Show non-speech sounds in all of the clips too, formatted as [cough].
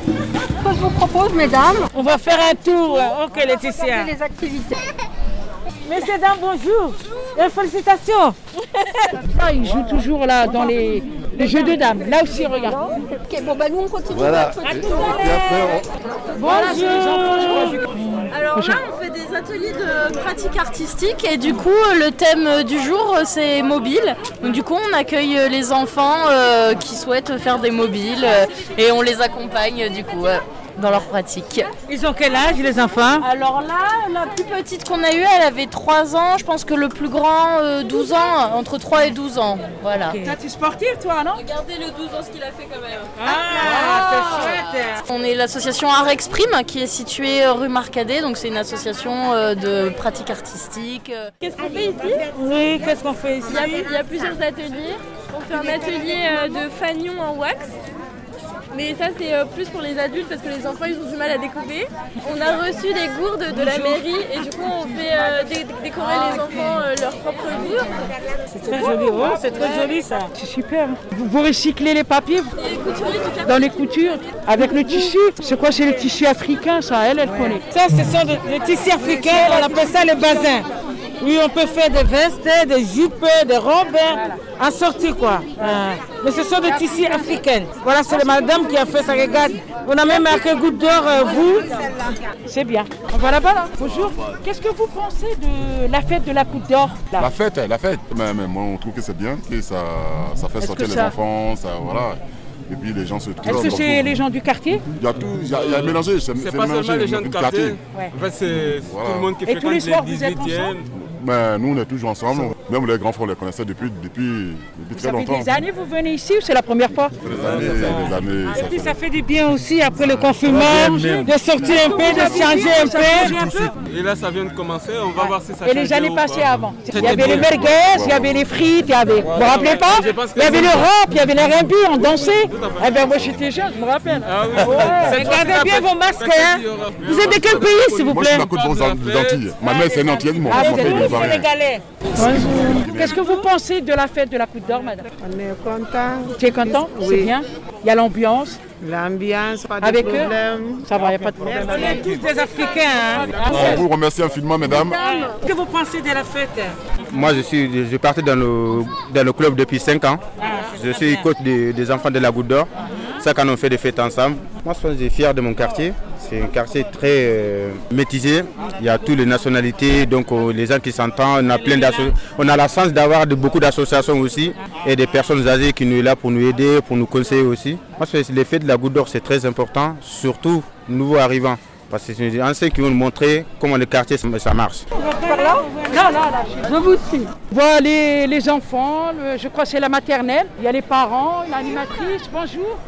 que je vous propose, mesdames. On va faire un tour. hein. Ok, Laetitia. Regardez les activités. Messieurs, dames, bonjour. Et félicitations. Ah, Ils jouent toujours là dans les, les jeux de dames. Là aussi, regarde. Ok, bon, bah nous, on continue. Voilà. notre Et, activité. et après, Bonjour. Alors là, on fait des ateliers de pratique artistique et du coup, euh, le thème euh, du jour, euh, c'est mobile. Donc du coup, on accueille euh, les enfants euh, qui souhaitent faire des mobiles euh, et on les accompagne euh, du coup euh, dans leur pratique. Ils ont quel âge, les enfants Alors là, la plus petite qu'on a eue, elle avait 3 ans. Je pense que le plus grand, euh, 12 ans, entre 3 et 12 ans. Voilà. Toi, tu es sportive, toi, non Regardez le 12 ans, ce qu'il a fait quand même. Ah, c'est chouette. On est l'association Art Exprime qui est située euh, rue Marcadet, donc c'est une association euh, de euh. pratique artistique. Qu'est-ce qu'on fait ici Ah, Oui, qu'est-ce qu'on fait ici il y, a, il y a plusieurs ateliers. On fait un atelier euh, de fanion en wax. Mais ça, c'est euh, plus pour les adultes parce que les enfants, ils ont du mal à découper. On a reçu des gourdes de la mairie et du coup, on fait euh, dé- décorer les enfants euh, leurs propres gourdes. C'est très joli, oh, c'est très joli ça. C'est super. Vous, vous recyclez les papiers dans les coutures avec le tissu. C'est quoi C'est le tissu africain, ça, elle, elle connaît. Ça, ce sont des, des tissus africains, on appelle ça le bazin. Oui, on peut faire des vestes, des jupes, des robes, en sortie quoi. Euh, mais ce sont des tissus africains. Voilà, c'est la madame qui a fait ça, regarde. On a même marqué goutte d'or, euh, vous. C'est bien. On va là-bas, là. Bonjour. Qu'est-ce que vous pensez de la fête de la goutte d'or là la fête, eh, la fête. Mais, mais moi, on trouve que c'est bien, que ça, ça fait sortir les ça- enfants, ça, voilà. Et puis les gens se trouvent. Est-ce que c'est les gens du quartier Il y a tout, il y a, il y a mélangé. C'est C'est c'est pas mélangé. seulement les gens de le quartier. Ouais. En fait, c'est c'est Voilà. tout le monde qui Et tous les soirs, fréquente les vous êtes 18e. Mais nous, on est toujours ensemble. Même les grands frères, on les connaissait depuis, depuis, depuis très Ça fait longtemps. des années vous venez ici ou c'est la première fois Des années, des années. Et ça puis fait- ça fait du bien aussi après le confinement de sortir un peu, de changer un peu. Et là, ça vient de commencer. On va voir si ça Et change les années ou passées pas. avant. Il y C'était avait les bien. merguez, il y avait les frites, il y avait. Vous vous rappelez pas Je pense que Il y avait c'est- le rap, il y avait les rimbus, on dansait. Eh bien moi j'étais jeune, je me rappelle. Ah oui. Ouais, Cette fois-ci, Regardez bien la vos masques. fête, Oh, hein. il y aura- Vous êtes de quel pays s'il vous Moi, je plaît suis de la côte d'Or- des Antilles. Ma mère, c'est une Antillaise, mon Ah, père, vous c'est êtes une tous Ivoirienne. sénégalais. Qu'est-ce que vous pensez de la fête de la Coupe d'Or, madame On est content. Tu es content C'est Oui. bien. Il y a l'ambiance. L'ambiance, pas de Avec eux problème. Ça va, il n'y a pas de problème. On est tous des Africains. On vous remercie infiniment, mesdames. Qu'est-ce que vous pensez de la fête Moi, je suis, je partais dans le, dans le club depuis 5 ans. Je suis coach des, des enfants de la Goutte d'Or. Ça, quand on fait des fêtes ensemble. Moi, je suis fier de mon quartier. C'est un quartier très euh, métisé. Il y a toutes les nationalités, donc euh, les gens qui s'entendent. On a plein d'asso- On a la chance d'avoir de- beaucoup d'associations aussi et des personnes âgées qui nous sont là pour nous aider, pour nous conseiller aussi. Moi, je pense que les fêtes de la Goutte d'Or, c'est très important, surtout nouveaux arrivants. Parce que c'est des anciens qui vont nous montrer comment le quartier, ça- ça marche. Là, là, là, je vous suis. Voilà les, les enfants, le- je crois que c'est la maternelle. Il y a les parents, l'animatrice, bonjour.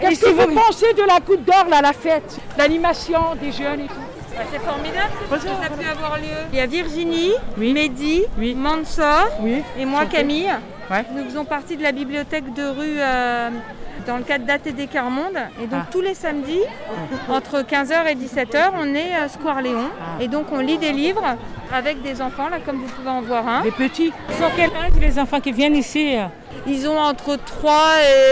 Qu'est-ce que vous pensez de la Coupe d'Or, là, la fête L'animation des jeunes et tout. C'est formidable parce que ça a pu avoir lieu. Il y a Virginie, Mehdi, Mansour Oui. et moi Camille. Ouais. Nous faisons partie de la bibliothèque de rue euh, dans le cadre d'ATD Carmonde. Et donc tous les samedis, entre 15h et 17h, on est à Square Léon. Et donc on lit des livres avec des enfants, là comme vous pouvez en voir un. Les petits. Ils sont quel âge, les enfants qui viennent ici euh Ils ont entre 3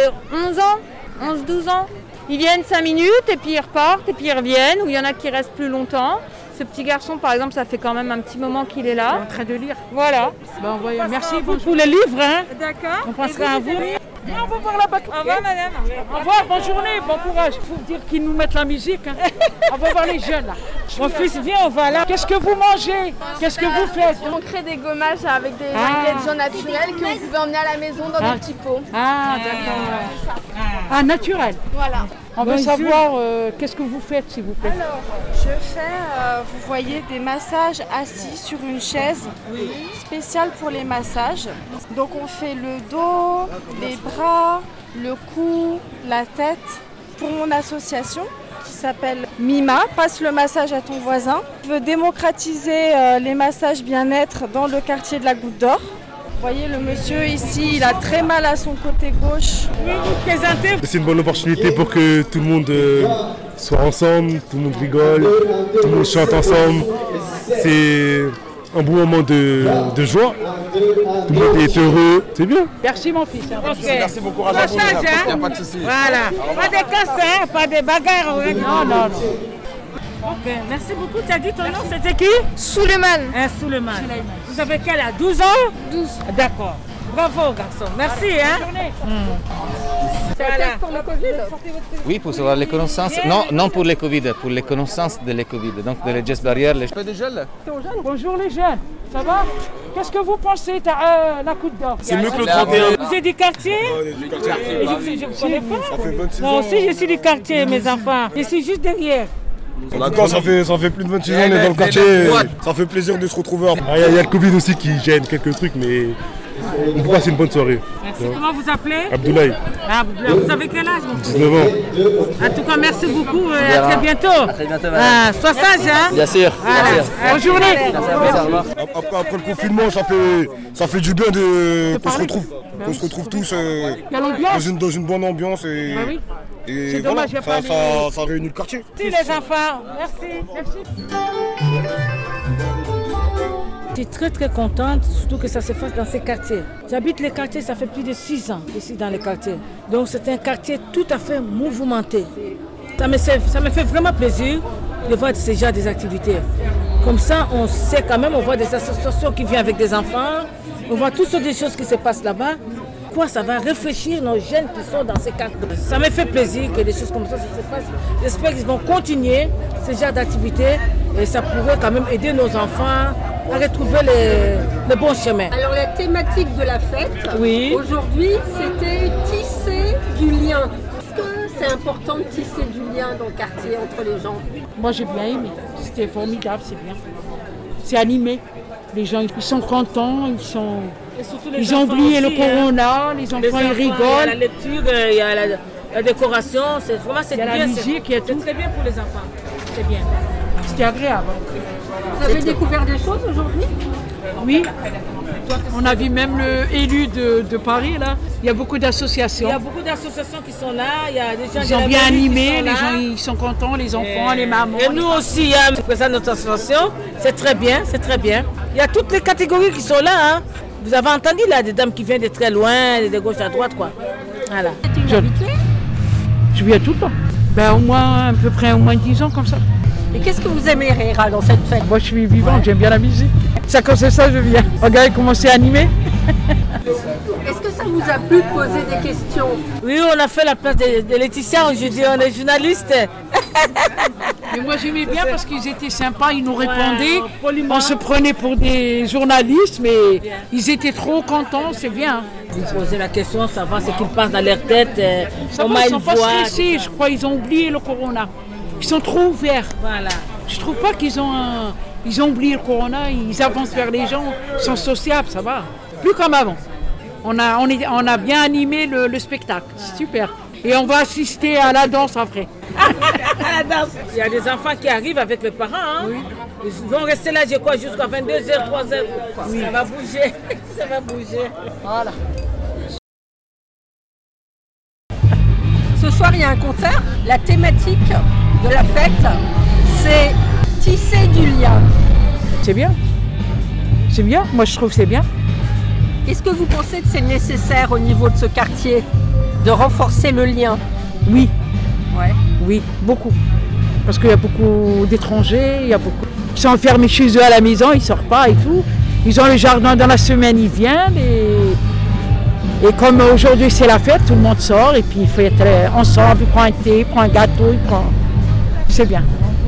et 11 ans, 11-12 ans. Ils viennent 5 minutes et puis ils repartent et puis ils reviennent, ou il y en a qui restent plus longtemps. Ce petit garçon, par exemple, ça fait quand même un petit moment qu'il est là. En train de lire. Voilà. Bon, voyons. Ben, Merci beaucoup pour les livres. Hein. D'accord. On pensera à vous. on va voir là-bas. Au revoir, madame. Au revoir, bonne journée, bon courage. Faut dire qu'ils nous mettent la musique. hein. On va voir les jeunes là. Mon fils vient, on va là. Qu'est-ce que vous mangez Qu'est-ce que vous faites On crée des gommages avec des Ah. ingrédients naturels que vous pouvez emmener à la maison dans Ah. des petits pots. Ah, d'accord. Ah, naturel. Voilà. On veut savoir euh, qu'est-ce que vous faites, s'il vous plaît. Alors, je fais, euh, vous voyez, des massages assis sur une chaise spéciale pour les massages. Donc, on fait le dos, les bras, le cou, la tête. Pour mon association qui s'appelle MIMA, passe le massage à ton voisin. Je veux démocratiser euh, les massages bien-être dans le quartier de la Goutte d'Or. Vous voyez, le monsieur ici, il a très mal à son côté gauche. C'est une bonne opportunité pour que tout le monde euh, soit ensemble, tout le monde rigole, tout le monde chante ensemble. C'est un bon moment de, de joie. Tout le monde est heureux, c'est bien. Merci mon fils. hein. Merci beaucoup, Raja, pour les apports, y a pas de souci. Voilà. Pas de casse, hein, pas de bagarre. hein. Non, non, non. Ok, merci beaucoup. Tu as dit ton nom, c'était qui Souleymane. Hein, Souleymane. Vous avez quel âge 12 ans 12. D'accord. Bravo, garçon. Merci. Hein. Hmm. Voilà. Oui, pour savoir les connaissances. Non, non pour les Covid, pour les connaissances de les Covid. Donc, les gestes barrières, les... Bonjour les jeunes, ça va Qu'est-ce que vous pensez de euh, la Côte d'Or C'est mieux que le 31. Vous êtes du quartier quartier, bah oui. Je ne connais pas. Ça fait 26 Non, ans. si je suis du quartier, mes enfants. Je suis juste derrière. En tout cas, ça fait, ça fait plus de 26 ans, on est dans le quartier. Ça fait plaisir de se retrouver. Ah, Il y, a- il y a le Covid aussi qui gêne quelques trucs, mais on passe une bonne soirée. Merci. Ouais. Comment vous appelez Abdoulaye. Ah, Abdoulaye. Vous avez quel âge mon fils 19 ans. En tout cas, merci beaucoup et à Bien. très bientôt. À très bientôt, madame. Ah, sois sage, hein Bien sûr, Voilà. bien sûr. Bonne journée. Après, après le confinement, ça fait, ça fait du bien de, qu'on se retrouve, qu'on se retrouve tous euh, Il y a l'ambiance. dans, une, dans une bonne ambiance et, Bah oui. et C'est voilà, dommage, il y a ça, pas ça- les- ça réunit le quartier. Merci les enfants, merci. Je suis très très contente, surtout que ça se fasse dans ces quartiers. J'habite les quartiers, ça fait plus de six ans que je suis dans les quartiers. Donc c'est un quartier tout à fait mouvementé. Ça me, fait- ça me fait vraiment plaisir de voir ce genre des activités. Comme ça, on sait quand même, on voit des associations qui viennent avec des enfants, on voit toutes sortes de choses qui se passent là-bas. Quoi, ça va réfléchir nos jeunes qui sont dans ces quartiers. Ça me fait plaisir que des choses comme ça se passent. J'espère qu'ils vont continuer ce genre d'activités et ça pourrait quand même aider nos enfants à retrouver le, le bon chemin. Alors la thématique de la fête, Oui. aujourd'hui, c'était tisser du lien. Est-ce que c'est important de tisser du lien dans le quartier entre les gens Moi, j'ai bien aimé. C'était formidable, c'est bien. C'est animé. Les gens, ils sont contents, ils sont... les ils ont enfants oublié le aussi, hein. corona, les enfants, Les enfants, ils il y a rigolent. la lecture, euh, il y a la- la décoration, c'est vraiment c'est Il y a la bien, c'est- musique, il y a tout. C'est bien pour les enfants. C'est bien. C'était agréable. hein. Vous avez découvert des choses aujourd'hui Oui. On a vu même le élu de, de Paris, là. Il y a beaucoup Il d'associations. y a beaucoup d'associations qui sont là, il y a des gens Ils de la ont mairie bien qui animé, sont les là. gens ils sont contents, les enfants, les mamans. Et nous aussi, il y a présent notre association, c'est très bien, c'est très bien. Il y a toutes les catégories qui sont là. hein. Vous avez entendu là des dames qui viennent de très loin, de gauche à droite, quoi. Voilà. Je viens tout le temps. Ben, au moins, à peu près au moins 10 ans comme ça. Et qu'est-ce que vous aimez, Réra, dans cette fête Moi, je suis vivante, j'aime bien la musique. Ça, quand c'est ça, je viens. Oh, Regardez comment c'est animé. Est-ce que ça vous a plu de poser des questions Oui, on a fait la place de, de Laetitia aujourd'hui, on est journaliste. Mais moi j'aimais bien parce qu'ils étaient sympas, ils nous répondaient. Ouais, poliment. on se prenait pour des journalistes, mais ils étaient trop contents, c'est bien. Vous posez la question, savoir ce qui passe dans leur tête, euh, Ça comment va, ils ils sont pas voient. stressés, je crois, ils ont oublié le corona. Ils sont trop ouverts. Voilà. Je trouve pas qu'ils ont un- ils ont oublié le corona, ils avancent vers les gens, ils sont sociables, ça va. Plus comme avant. Ah On a, on est- on a bien animé le, le spectacle, c'est super. Et on va assister à la danse après. [laughs] À la danse. Il y a des enfants qui arrivent avec les parents. hein. Ils vont rester là, je crois, jusqu'à 22h, 3h. Ça va bouger. [laughs] Ça va bouger. Voilà. Ce soir, il y a un concert. La thématique de la fête, c'est tisser du lien. C'est bien. C'est bien, moi je trouve que c'est bien. Est-ce que vous pensez que c'est nécessaire au niveau de ce quartier de renforcer le lien Oui. Ouais. Oui, beaucoup. Parce qu'il y a beaucoup d'étrangers, il y a beaucoup. Ils sont enfermés chez eux à la maison, ils ne sortent pas et tout. Ils ont le jardin dans la semaine, ils viennent. Et, et comme aujourd'hui c'est la fête, tout le monde sort et puis il faut être euh, ensemble, il prend un thé, il prend un gâteau, il prend. C'est bien.